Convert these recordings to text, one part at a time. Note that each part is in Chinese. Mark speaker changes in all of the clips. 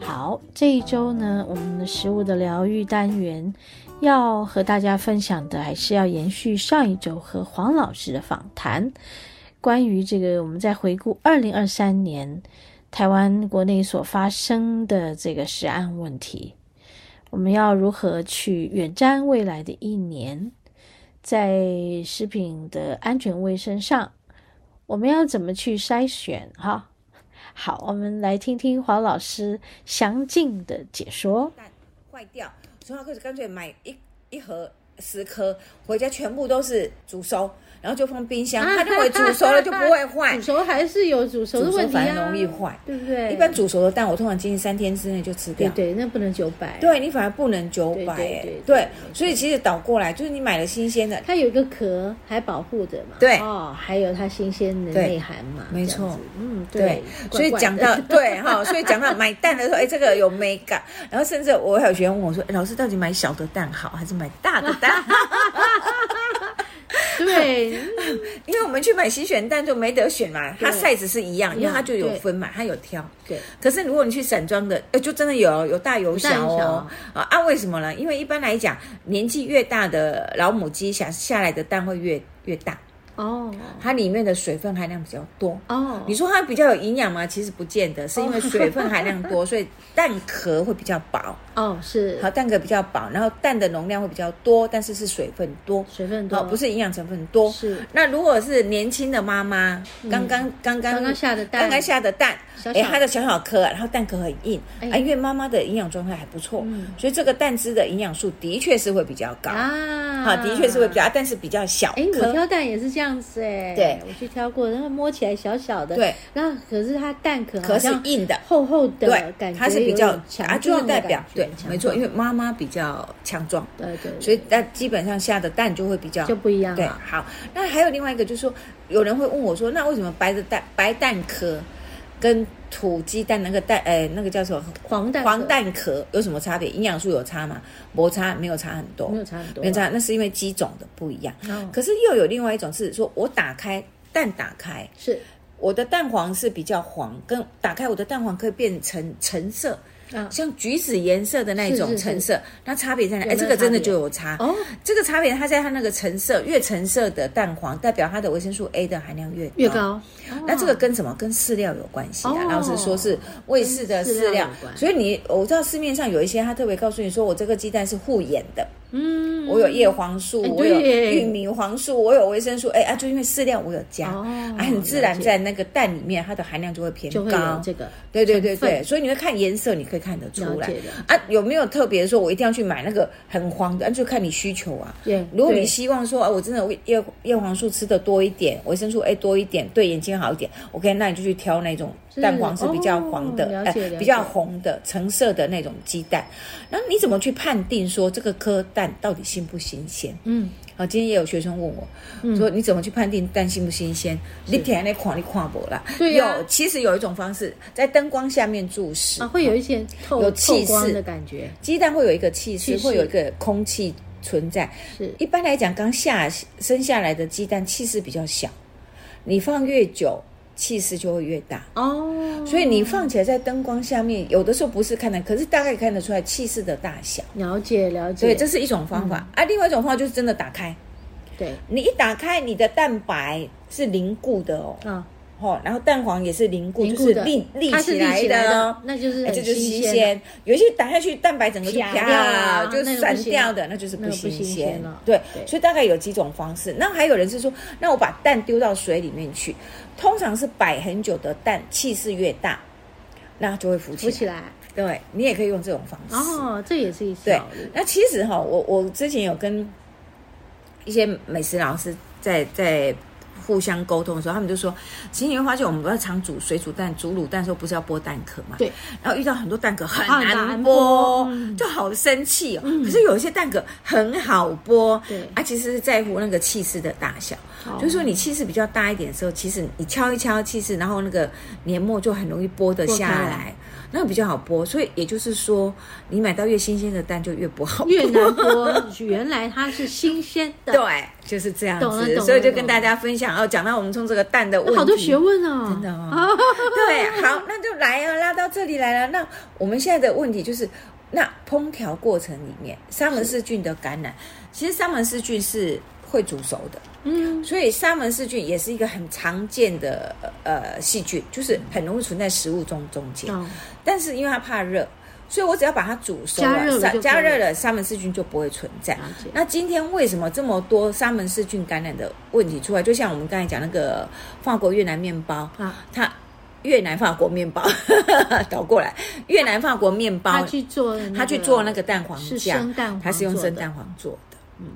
Speaker 1: 好，这一周呢，我们的食物的疗愈单元要和大家分享的，还是要延续上一周和黄老师的访谈，关于这个我们在回顾二零二三年台湾国内所发生的这个食安问题，我们要如何去远瞻未来的一年，在食品的安全卫生上，我们要怎么去筛选哈？好，我们来听听黄老师详尽的解说。
Speaker 2: 坏掉，从那开始干脆买一一盒十颗，回家全部都是煮熟，然后就放冰箱，它就会煮熟了，就不会坏
Speaker 1: 煮。熟还是有煮熟
Speaker 2: 啊
Speaker 1: 的
Speaker 2: 煮熟
Speaker 1: 问题啊，
Speaker 2: 反而容易坏。
Speaker 1: 对不对？
Speaker 2: 一般煮熟的蛋，我通常建议三天之内就吃
Speaker 1: 对
Speaker 2: 掉。
Speaker 1: 对，那不能久摆。，
Speaker 2: 对你反而不能九百，
Speaker 1: 对对
Speaker 2: 哎
Speaker 1: 对对
Speaker 2: 对，所以其实倒过来就是你买了新鲜的，
Speaker 1: 它有一个壳还保护着嘛。
Speaker 2: 对
Speaker 1: 哦，还有它新鲜的
Speaker 2: 对
Speaker 1: 内涵嘛。
Speaker 2: 没
Speaker 1: 这样
Speaker 2: 错
Speaker 1: 子，嗯，
Speaker 2: 对，所以
Speaker 1: 怪怪
Speaker 2: 讲
Speaker 1: 的
Speaker 2: 到对哈，所以讲到买蛋的时候，哎，这个有美感。然后甚至我还有学员问我说，哎老师到底买小的蛋好还是买大的 蛋？
Speaker 1: 对，
Speaker 2: 因为我们去买洗选蛋就没得选嘛，它
Speaker 1: 对
Speaker 2: size 是一样，因为它就有分嘛，它有挑。
Speaker 1: 对，
Speaker 2: 可是如果你去散装的，呃，就真的有有大有小
Speaker 1: 有大有
Speaker 2: 哦
Speaker 1: 小。
Speaker 2: 啊啊，为什么呢？因为一般来讲，年纪越大的老母鸡下下来的蛋会越越大，
Speaker 1: 哦
Speaker 2: 它里面的水分含量比较多。
Speaker 1: 哦，
Speaker 2: 你说它比较有营养吗？其实不见得，是因为
Speaker 1: 哦
Speaker 2: 水分含量 多，所以蛋壳会比较薄。
Speaker 1: 哦是
Speaker 2: 好，蛋壳比较薄，然后蛋的容量会比较多，但是是水分多，
Speaker 1: 水分多，
Speaker 2: 哦好，不是营养成分多。
Speaker 1: 是嗯
Speaker 2: 那如果是年轻的妈妈，刚刚刚刚
Speaker 1: 刚刚下的蛋
Speaker 2: 刚刚下的蛋，
Speaker 1: 小小
Speaker 2: 哎，它的小小颗，然后蛋壳很硬，
Speaker 1: 哎
Speaker 2: 哎，因为妈妈的营养状态还不错
Speaker 1: 嗯，
Speaker 2: 所以这个蛋汁的营养素的确是会比较高，
Speaker 1: 啊，
Speaker 2: 好，的确是会比较。高，但是比较小
Speaker 1: 哎，我
Speaker 2: 颗，
Speaker 1: 挑蛋也是这样子哎，
Speaker 2: 对
Speaker 1: 我去挑过，然后摸起来小小的，
Speaker 2: 对，
Speaker 1: 然后可是它蛋壳好
Speaker 2: 壳是
Speaker 1: 像
Speaker 2: 硬的。
Speaker 1: 厚厚的感
Speaker 2: 对，
Speaker 1: 觉，
Speaker 2: 它是比较啊
Speaker 1: 强
Speaker 2: 就是
Speaker 1: 壮的
Speaker 2: 代
Speaker 1: 感觉，
Speaker 2: 表对，
Speaker 1: 强
Speaker 2: 没错，
Speaker 1: 壮
Speaker 2: 因为妈妈比较强壮，
Speaker 1: 对对，对
Speaker 2: 所以但基本上下的蛋就会比较
Speaker 1: 就不一样
Speaker 2: 对，
Speaker 1: 了。
Speaker 2: 好，那还有另外一个就是说，有人会问我说，那为什么白的蛋白蛋壳跟土鸡蛋那个蛋，呃，那个叫什么
Speaker 1: 黄蛋
Speaker 2: 黄
Speaker 1: 壳
Speaker 2: 蛋壳有什么差别？营养素有差吗？没差，没有差很多，
Speaker 1: 没有差很多啊，
Speaker 2: 没有差，那是因为鸡种的不一样。
Speaker 1: 哦
Speaker 2: 可是又有另外一种是说，我打开蛋打开，
Speaker 1: 是
Speaker 2: 我的蛋黄是比较黄，跟打开我的蛋黄可以变成橙色，
Speaker 1: 啊
Speaker 2: 像橘子颜色的那一种
Speaker 1: 是是是
Speaker 2: 橙色，那差别在哪？
Speaker 1: 有
Speaker 2: 哎、
Speaker 1: 没有
Speaker 2: 这个真的
Speaker 1: 差别
Speaker 2: 就有差
Speaker 1: 哦
Speaker 2: 这个差别，它在它那个橙色越橙色的蛋黄，代表它的维生素 A 的含量越高
Speaker 1: 越。高，
Speaker 2: 嗯那这个跟什么？跟饲料有关系啊。
Speaker 1: 哦
Speaker 2: 老实说是喂饲的
Speaker 1: 跟饲
Speaker 2: 饲
Speaker 1: 料
Speaker 2: 料
Speaker 1: 有，关
Speaker 2: 所以你我知道市面上有一些，它特别告诉你说，我这个鸡蛋是护眼的，
Speaker 1: 嗯
Speaker 2: 我有叶黄素，
Speaker 1: 哎
Speaker 2: 我有
Speaker 1: 对
Speaker 2: 玉米黄素，我有维生素 A 啊，就因为饲料我有加，
Speaker 1: 哦
Speaker 2: 啊，很自
Speaker 1: 了
Speaker 2: 然
Speaker 1: 解
Speaker 2: 在那个蛋里面，它的含量就会偏
Speaker 1: 就会有
Speaker 2: 高。
Speaker 1: 这个
Speaker 2: 对对对
Speaker 1: 成
Speaker 2: 对，
Speaker 1: 分
Speaker 2: 所以你会看颜色，你可以看得出
Speaker 1: 了
Speaker 2: 来
Speaker 1: 解的，
Speaker 2: 啊。有没有特别说，我一定要去买那个很黄的？啊就看你需求啊。
Speaker 1: 对
Speaker 2: 如果你
Speaker 1: 对
Speaker 2: 希望说，啊，我真的叶叶黄素吃的多一点，维生素 A 多一点，对眼睛好一点，OK，那你就去挑那种
Speaker 1: 是
Speaker 2: 蛋黄是比较黄的，
Speaker 1: 哦了
Speaker 2: 哎
Speaker 1: 解了解
Speaker 2: 比较红的、橙色的那种鸡蛋。然后你怎么去判定说这个颗蛋到底新不新鲜？
Speaker 1: 嗯
Speaker 2: 啊，今天也有学生问我，说你怎么去判定蛋新不新鲜？你舔那款你看不啦？
Speaker 1: 对呀
Speaker 2: 有，其实有一种方式，在灯光下面注视
Speaker 1: 啊，会有一些透
Speaker 2: 有
Speaker 1: 透
Speaker 2: 气
Speaker 1: 光
Speaker 2: 势哦
Speaker 1: 的感觉，
Speaker 2: 鸡蛋会有一个气
Speaker 1: 气
Speaker 2: 势，
Speaker 1: 势
Speaker 2: 会有一个空气存在。
Speaker 1: 是
Speaker 2: 一般来讲，刚下生下来的鸡蛋气势比较小，你放越久，气势就会越大。
Speaker 1: 哦，
Speaker 2: 所以你放起来在灯光下面，有的时候不是看得，可是大概看得出来气势的大小。
Speaker 1: 了解了解，
Speaker 2: 对，这是一种方
Speaker 1: 嗯
Speaker 2: 法、啊。另外一种方法就是真的打开，
Speaker 1: 对
Speaker 2: 你一打开，你的蛋白是凝固的哦，
Speaker 1: 啊，
Speaker 2: 哦，然后蛋黄也是凝固，
Speaker 1: 凝
Speaker 2: 就
Speaker 1: 固
Speaker 2: 是
Speaker 1: 的
Speaker 2: 立立
Speaker 1: 它
Speaker 2: 起
Speaker 1: 是立
Speaker 2: 来
Speaker 1: 起来
Speaker 2: 的
Speaker 1: 的
Speaker 2: 哦，。
Speaker 1: 那就是
Speaker 2: 哎
Speaker 1: 很
Speaker 2: 这就是新
Speaker 1: 鲜
Speaker 2: 鲜，有些打下去蛋白整个就
Speaker 1: 啪
Speaker 2: 啪
Speaker 1: 掉啊
Speaker 2: 就
Speaker 1: 那个不
Speaker 2: 散
Speaker 1: 行
Speaker 2: 掉的，那就是
Speaker 1: 那
Speaker 2: 不
Speaker 1: 个不
Speaker 2: 新
Speaker 1: 新
Speaker 2: 鲜
Speaker 1: 鲜了
Speaker 2: 对
Speaker 1: 对，
Speaker 2: 所以大概有几种方式。那还有人是说，那我把蛋丢到水里面去，通常是摆很久的蛋，气势越大，那就会浮
Speaker 1: 浮起
Speaker 2: 起来。
Speaker 1: 来
Speaker 2: 对你也可以用这种方式。
Speaker 1: 哦，这也是一
Speaker 2: 对
Speaker 1: 条路，
Speaker 2: 那其实哈，我我之前有跟一些美食老师在在互相沟通的时候，他们就说，其实你会发现我们不要常煮水煮蛋、煮卤蛋的时候，不是要剥蛋壳嘛？
Speaker 1: 对。
Speaker 2: 然后遇到很多蛋壳很
Speaker 1: 很
Speaker 2: 难
Speaker 1: 难
Speaker 2: 剥，
Speaker 1: 剥嗯
Speaker 2: 就好生气哦。
Speaker 1: 嗯
Speaker 2: 可是有一些蛋壳很好剥，
Speaker 1: 对哦
Speaker 2: 啊，其实是在乎那个气势的大小。就是说你气势比较大一点的时候，其实你敲一敲气势，然后那个黏膜就很容易剥得
Speaker 1: 剥
Speaker 2: 下
Speaker 1: 开来
Speaker 2: 来，那个比较好剥。所以也就是说，你买到越新鲜的蛋就越不好剥
Speaker 1: 越南剥， 原来它是新鲜的，
Speaker 2: 对，就是这样
Speaker 1: 懂了懂
Speaker 2: 子。
Speaker 1: 了
Speaker 2: 所以就跟大家分享哦，讲到我们从这个蛋的问
Speaker 1: 那
Speaker 2: 题，
Speaker 1: 好多学问哦，
Speaker 2: 真的哦对，好，那就来啊，拉到这里来了。那我们现在的问题就是，那烹调过程里面，沙门氏菌的感染，其实沙门氏菌是会煮熟的。
Speaker 1: 嗯，
Speaker 2: 所以沙门氏菌也是一个很常见的呃细菌，就是很容易存在食物中中间。
Speaker 1: 懂
Speaker 2: 但是因为它怕热，所以我只要把它煮熟
Speaker 1: 加热了嗯
Speaker 2: 沙
Speaker 1: 就可以
Speaker 2: 加热了，沙门氏菌就不会存在
Speaker 1: 了。解，
Speaker 2: 那今天为什么这么多沙门氏菌感染的问题出来？就像我们刚才讲那个法国越南面包，
Speaker 1: 啊，
Speaker 2: 它越南法国面包 倒过来，越南法国面包
Speaker 1: 他去做那个
Speaker 2: 他去做那个蛋黄
Speaker 1: 是
Speaker 2: 酱
Speaker 1: 生蛋黄，
Speaker 2: 它是用生蛋
Speaker 1: 黄
Speaker 2: 黄做的。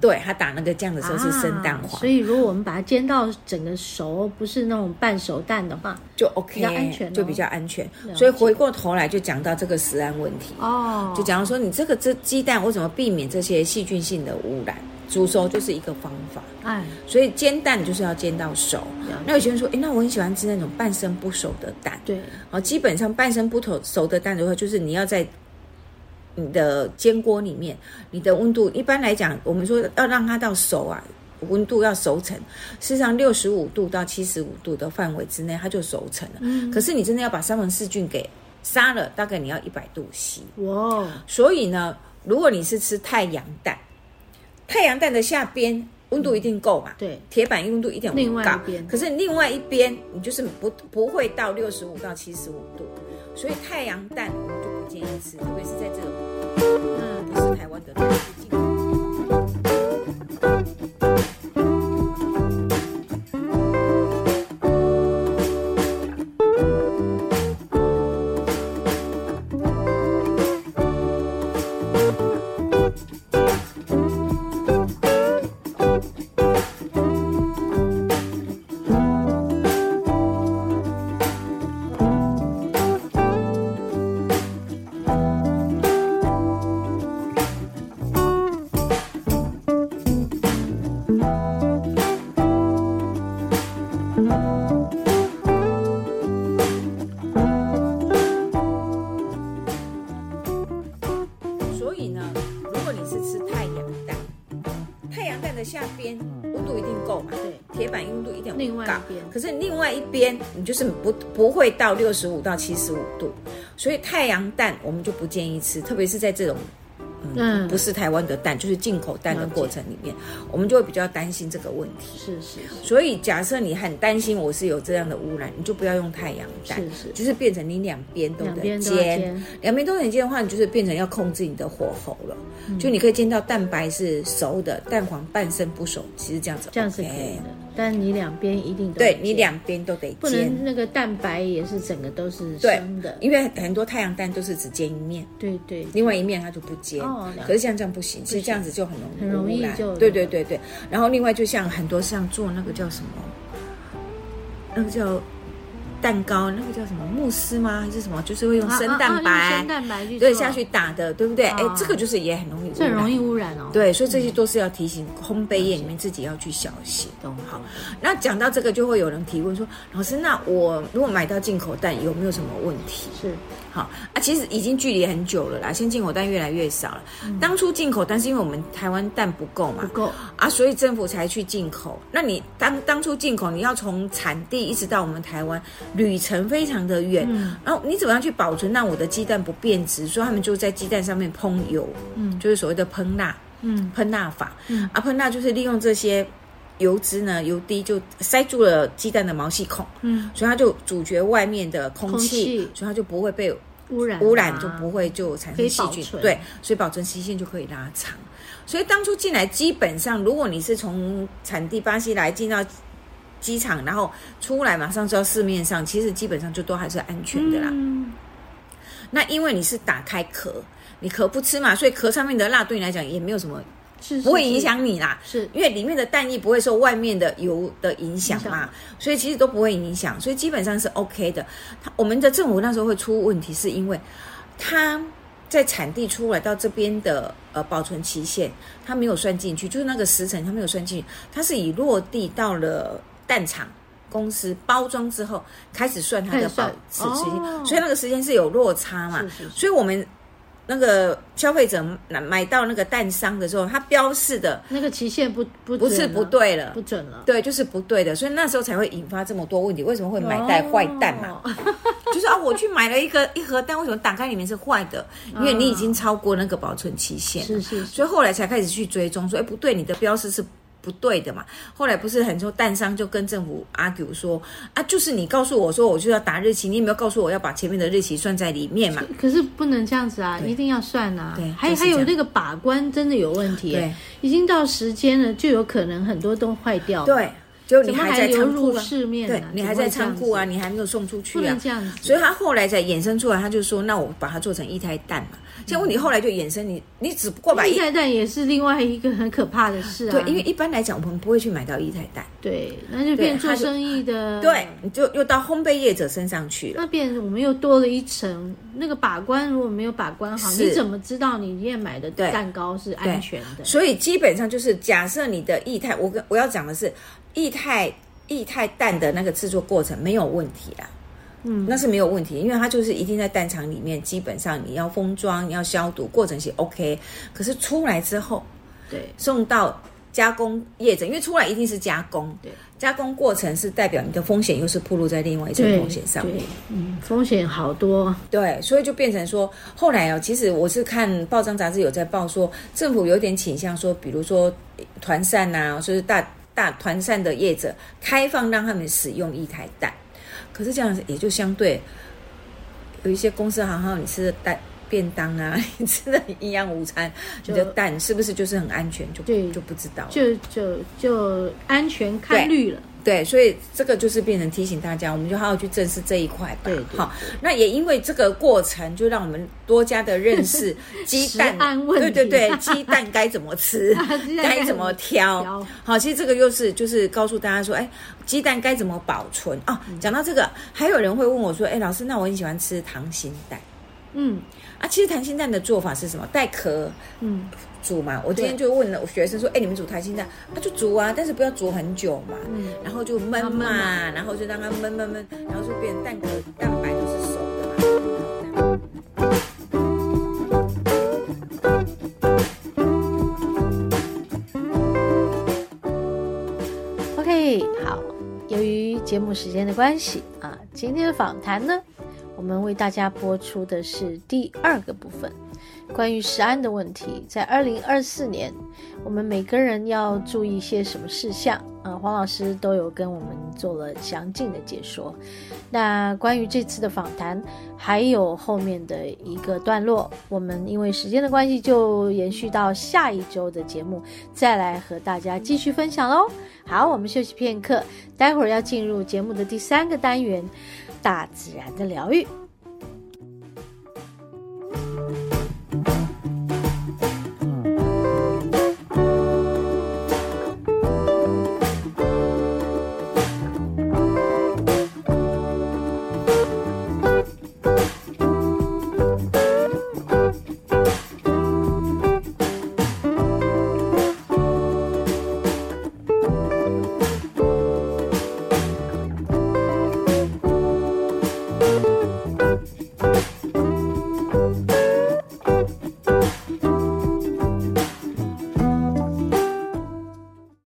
Speaker 2: 对他打那个酱的时候是生蛋黄，
Speaker 1: 啊所以如果我们把它煎到整个熟，不是那种半熟蛋的话，
Speaker 2: 就 OK，
Speaker 1: 比较安全哦
Speaker 2: 就比较安全。
Speaker 1: 了解
Speaker 2: 所以回过头来就讲到这个食安问题，
Speaker 1: 哦，
Speaker 2: 就讲到说你这个这鸡蛋我怎么避免这些细菌性的污染，煮熟就是一个方法。
Speaker 1: 哎，
Speaker 2: 所以煎蛋就是要煎到熟。
Speaker 1: 了解
Speaker 2: 那有些人说，诶，那我很喜欢吃那种半生不熟的蛋。
Speaker 1: 对，
Speaker 2: 好，基本上半生不熟熟的蛋的话，就是你要在你的煎锅里面，你的温度一般来讲，我们说要让它到熟啊，温度要熟成。事实上，六十五度到七十五度的范围之内，它就熟成了。
Speaker 1: 嗯，
Speaker 2: 可是你真的要把三文四菌给杀了，大概你要一百度 C。
Speaker 1: 哇哦，
Speaker 2: 所以呢，如果你是吃太阳蛋，太阳蛋的下边温度一定够嘛？
Speaker 1: 嗯对，
Speaker 2: 铁板温度一点
Speaker 1: 另
Speaker 2: 五
Speaker 1: 外
Speaker 2: 高
Speaker 1: 一，边
Speaker 2: 可是另外一边你就是不不会到六十五到七十五度，所以太阳蛋我们就不建议吃，特别是在这种
Speaker 1: 嗯。
Speaker 2: 不是台湾的地区进口。所以呢，如果你是吃太阳蛋，太阳蛋的下边温度一定够嘛？
Speaker 1: 对，
Speaker 2: 铁板温度一点
Speaker 1: 另
Speaker 2: 五
Speaker 1: 外
Speaker 2: 高
Speaker 1: 一边，
Speaker 2: 可是另外一边你就是不不会到六十五到七十五度，所以太阳蛋我们就不建议吃，特别是在这种。嗯，
Speaker 1: 嗯
Speaker 2: 不是台湾的蛋，就是进口蛋的
Speaker 1: 了解
Speaker 2: 过程里面，
Speaker 1: 嗯
Speaker 2: 我们就会比较担心这个问题。
Speaker 1: 是是是
Speaker 2: 所以，假设你很担心我是有这样的污染，你就不要用太阳蛋，
Speaker 1: 是是，
Speaker 2: 就是变成你两边都
Speaker 1: 两
Speaker 2: 得
Speaker 1: 边都要
Speaker 2: 煎，
Speaker 1: 煎，
Speaker 2: 两边都很煎的话，你就是变成要控制你的火候了。
Speaker 1: 嗯
Speaker 2: 就你可以煎到蛋白是熟的，蛋黄半生不熟，其实这样子
Speaker 1: 这样是可
Speaker 2: OK
Speaker 1: 以的，但你两边一定都
Speaker 2: 对
Speaker 1: 要
Speaker 2: 你
Speaker 1: 煎
Speaker 2: 两边都得
Speaker 1: 不
Speaker 2: 煎
Speaker 1: 能，那个蛋白也是整个都是
Speaker 2: 对
Speaker 1: 生的，
Speaker 2: 因为很多太阳蛋都是只煎一面，
Speaker 1: 对对啊
Speaker 2: 另外一面它就不煎。
Speaker 1: 哦，了
Speaker 2: 可是像这样不行，其实这样子就很容易
Speaker 1: 很容易
Speaker 2: 污染
Speaker 1: 就
Speaker 2: 对对对对。然后另外就像很多像做那个叫什么，那个叫蛋糕，那个叫什么慕斯吗？还是什么？就是会用
Speaker 1: 啊
Speaker 2: 生
Speaker 1: 啊
Speaker 2: 蛋
Speaker 1: 用
Speaker 2: 白、
Speaker 1: 生蛋白去
Speaker 2: 对
Speaker 1: 做
Speaker 2: 下去打的，对不对？哎、
Speaker 1: 哦
Speaker 2: 这个就是也很容易污
Speaker 1: 这很
Speaker 2: 染
Speaker 1: 容易污染哦，，
Speaker 2: 对，所以这些都是要提醒烘焙业里面自己要去小心。
Speaker 1: 嗯懂好，
Speaker 2: 那讲到这个，就会有人提问说：“老师，那我如果买到进口蛋，有没有什么问题
Speaker 1: 是？”
Speaker 2: 好啊，其实已经距离很久了啦，现在进口蛋越来越少了。当初进口蛋是因为我们台湾蛋不够
Speaker 1: 嗯不
Speaker 2: 嘛，
Speaker 1: 够，
Speaker 2: 啊，所以政府才去进口。那你当当初进口，你要从产地一直到我们台湾，旅程非常的远。
Speaker 1: 嗯
Speaker 2: 然后你怎么样去保存，让我的鸡蛋不变质？所以他们就在鸡蛋上面烹油，
Speaker 1: 嗯
Speaker 2: 就是所谓的烹蜡。
Speaker 1: 嗯
Speaker 2: 喷蜡法。
Speaker 1: 嗯
Speaker 2: 啊，喷蜡就是利用这些油脂呢，油滴就塞住了鸡蛋的毛细孔，
Speaker 1: 嗯，
Speaker 2: 所以它就阻绝外面的空
Speaker 1: 空
Speaker 2: 气，
Speaker 1: 气
Speaker 2: 所以它就不会被
Speaker 1: 污染
Speaker 2: 污染，
Speaker 1: 啊
Speaker 2: 就不会就产
Speaker 1: 可
Speaker 2: 生
Speaker 1: 以
Speaker 2: 细
Speaker 1: 保
Speaker 2: 菌。
Speaker 1: 存
Speaker 2: 对，所以保存期限就可以拉长。所以当初进来，基本上如果你是从产地巴西来进到。机场，然后出来马上就到市面上，其实基本上就都还是安全的啦。
Speaker 1: 嗯
Speaker 2: 那因为你是打开壳，你壳不吃嘛，所以壳上面的蜡对你来讲也没有什么
Speaker 1: 是
Speaker 2: 不会影，响你啦。
Speaker 1: 是是
Speaker 2: 因为里面的蛋液不会受外面的油的影响
Speaker 1: 影
Speaker 2: 嘛，所以其实都不会影响，所以基本上是 OK 的。它我们的政府那时候会出问题，是因为它在产地出来到这边的呃保存期限，它没有算进去，就是那个时辰它没有算进去，它是以落地到了蛋厂。公司包装之后开始算它
Speaker 1: 开
Speaker 2: 的
Speaker 1: 始
Speaker 2: 保
Speaker 1: 算
Speaker 2: 持时间，
Speaker 1: 哦
Speaker 2: 所以那个时间是有落差嘛。
Speaker 1: 是是是
Speaker 2: 所以我们那个消费者买买到那个蛋商的时候，它标示的
Speaker 1: 那个期限不不
Speaker 2: 不是
Speaker 1: 准了啊
Speaker 2: 不，对了
Speaker 1: 不，准了，
Speaker 2: 对，就是不对的，所以那时候才会引发这么多问题。为什么会买带坏蛋 嘛？
Speaker 1: 哦，
Speaker 2: 就是啊，我去买了一个一盒蛋，为什么打开里面是坏的？因为你已经超过那个保存期限了
Speaker 1: 嗯是是是，
Speaker 2: 所以后来才开始去追踪，说哎不对，你的标示是不对的嘛。后来不是很多蛋商就跟政府 argue 说啊，就是你告诉我说我就要打日期，你有没有告诉我要把前面的日期算在里面嘛？
Speaker 1: 可是不能这样子啊，一定要算啊。
Speaker 2: 对
Speaker 1: 还、
Speaker 2: 就是
Speaker 1: 还
Speaker 2: 这样
Speaker 1: 有那个把关真的有问题耶
Speaker 2: 对，
Speaker 1: 已经到时间了，就有可能很多都坏掉。，
Speaker 2: 对，就你
Speaker 1: 怎么
Speaker 2: 还
Speaker 1: 还
Speaker 2: 在
Speaker 1: 流
Speaker 2: 仓库
Speaker 1: 入
Speaker 2: 了，
Speaker 1: 市面、
Speaker 2: 对
Speaker 1: 啊？
Speaker 2: 你还
Speaker 1: 怎
Speaker 2: 在
Speaker 1: 么会这样
Speaker 2: 仓
Speaker 1: 子
Speaker 2: 库啊，，你还没有送出去
Speaker 1: 不
Speaker 2: 啊
Speaker 1: 能。这样子。
Speaker 2: 所以他后来才衍生出来，他就说：“那我把它做成一胎蛋嘛。”现在问题后来就衍生你，你只不过把
Speaker 1: 一
Speaker 2: 一
Speaker 1: 代蛋也是另外一个很可怕的事啊。
Speaker 2: 对，因为一般来讲我们不会去买到一胎蛋，
Speaker 1: 对，那就变
Speaker 2: 对
Speaker 1: 做
Speaker 2: 它就
Speaker 1: 生意的
Speaker 2: 对，你就又到烘焙业者身上去了。
Speaker 1: 那变我们又多了一层，那个把关如果没有把关好，
Speaker 2: 是
Speaker 1: 你怎么知道你店买的
Speaker 2: 对
Speaker 1: 蛋糕是安全的？
Speaker 2: 所以基本上就是假设你的液态，我跟我要讲的是液态液态蛋的那个制作过程没有问题啦。
Speaker 1: 嗯，
Speaker 2: 那是没有问题，因为它就是一定在蛋厂里面，基本上你要封装、你要消毒，过程是 OK。可是出来之后，
Speaker 1: 对
Speaker 2: 送到加工业者，因为出来一定是加工，
Speaker 1: 对，
Speaker 2: 加工过程是代表你的风险又是暴露在另外一种
Speaker 1: 对
Speaker 2: 风险上面
Speaker 1: 对，嗯，风险好多，
Speaker 2: 对，所以就变成说，后来哦，其实我是看报章杂志有在报说，政府有点倾向说，比如说呃团扇呐、就是大大团扇的业者开放让他们使用一台蛋，可是这样也就相对有一些公司行号，你吃的蛋便当啊，你吃的营养午餐，你的
Speaker 1: 就
Speaker 2: 蛋是不是就是很安全，就
Speaker 1: 对
Speaker 2: 就不知道了。
Speaker 1: 就就就安全看绿 了，
Speaker 2: 对，所以这个就是变成提醒大家，我们就好好去正视这一块吧。
Speaker 1: 对对
Speaker 2: 好，那也因为这个过程，就让我们多加的认 识鸡蛋
Speaker 1: 食安问题
Speaker 2: 对 对对，鸡蛋该怎么吃
Speaker 1: 鸡，蛋
Speaker 2: 该怎么挑
Speaker 1: 挑。
Speaker 2: 好，其实这个又是就是告诉大家说，哎，鸡蛋该怎么保存哦。
Speaker 1: 嗯
Speaker 2: 讲到这个，还有人会问我说，哎，老师，那我很喜欢吃溏心蛋
Speaker 1: 嗯
Speaker 2: 啊。其实溏心蛋的做法是什么？带壳
Speaker 1: 嗯，
Speaker 2: 煮嘛。我今天
Speaker 1: 对
Speaker 2: 就问了我学生说，哎，你们煮溏心蛋，啊，就煮啊，但是不要煮很久嘛。
Speaker 1: 嗯
Speaker 2: 然后就焖
Speaker 1: 它焖
Speaker 2: 嘛
Speaker 1: 嘛，
Speaker 2: 然后就让它焖焖焖，然后就变蛋壳蛋白就是熟的嘛。
Speaker 1: OK，好，由于节目时间的关系啊，今天的访谈呢，我们为大家播出的是第二个部分，关于食安的问题。在二零二四年，我们每个人要注意一些什么事项啊？黄老师都有跟我们做了详尽的解说。那关于这次的访谈，还有后面的一个段落，我们因为时间的关系，就延续到下一周的节目，再来和大家继续分享喽。好，我们休息片刻，待会儿要进入节目的第三个单元——大自然的疗愈。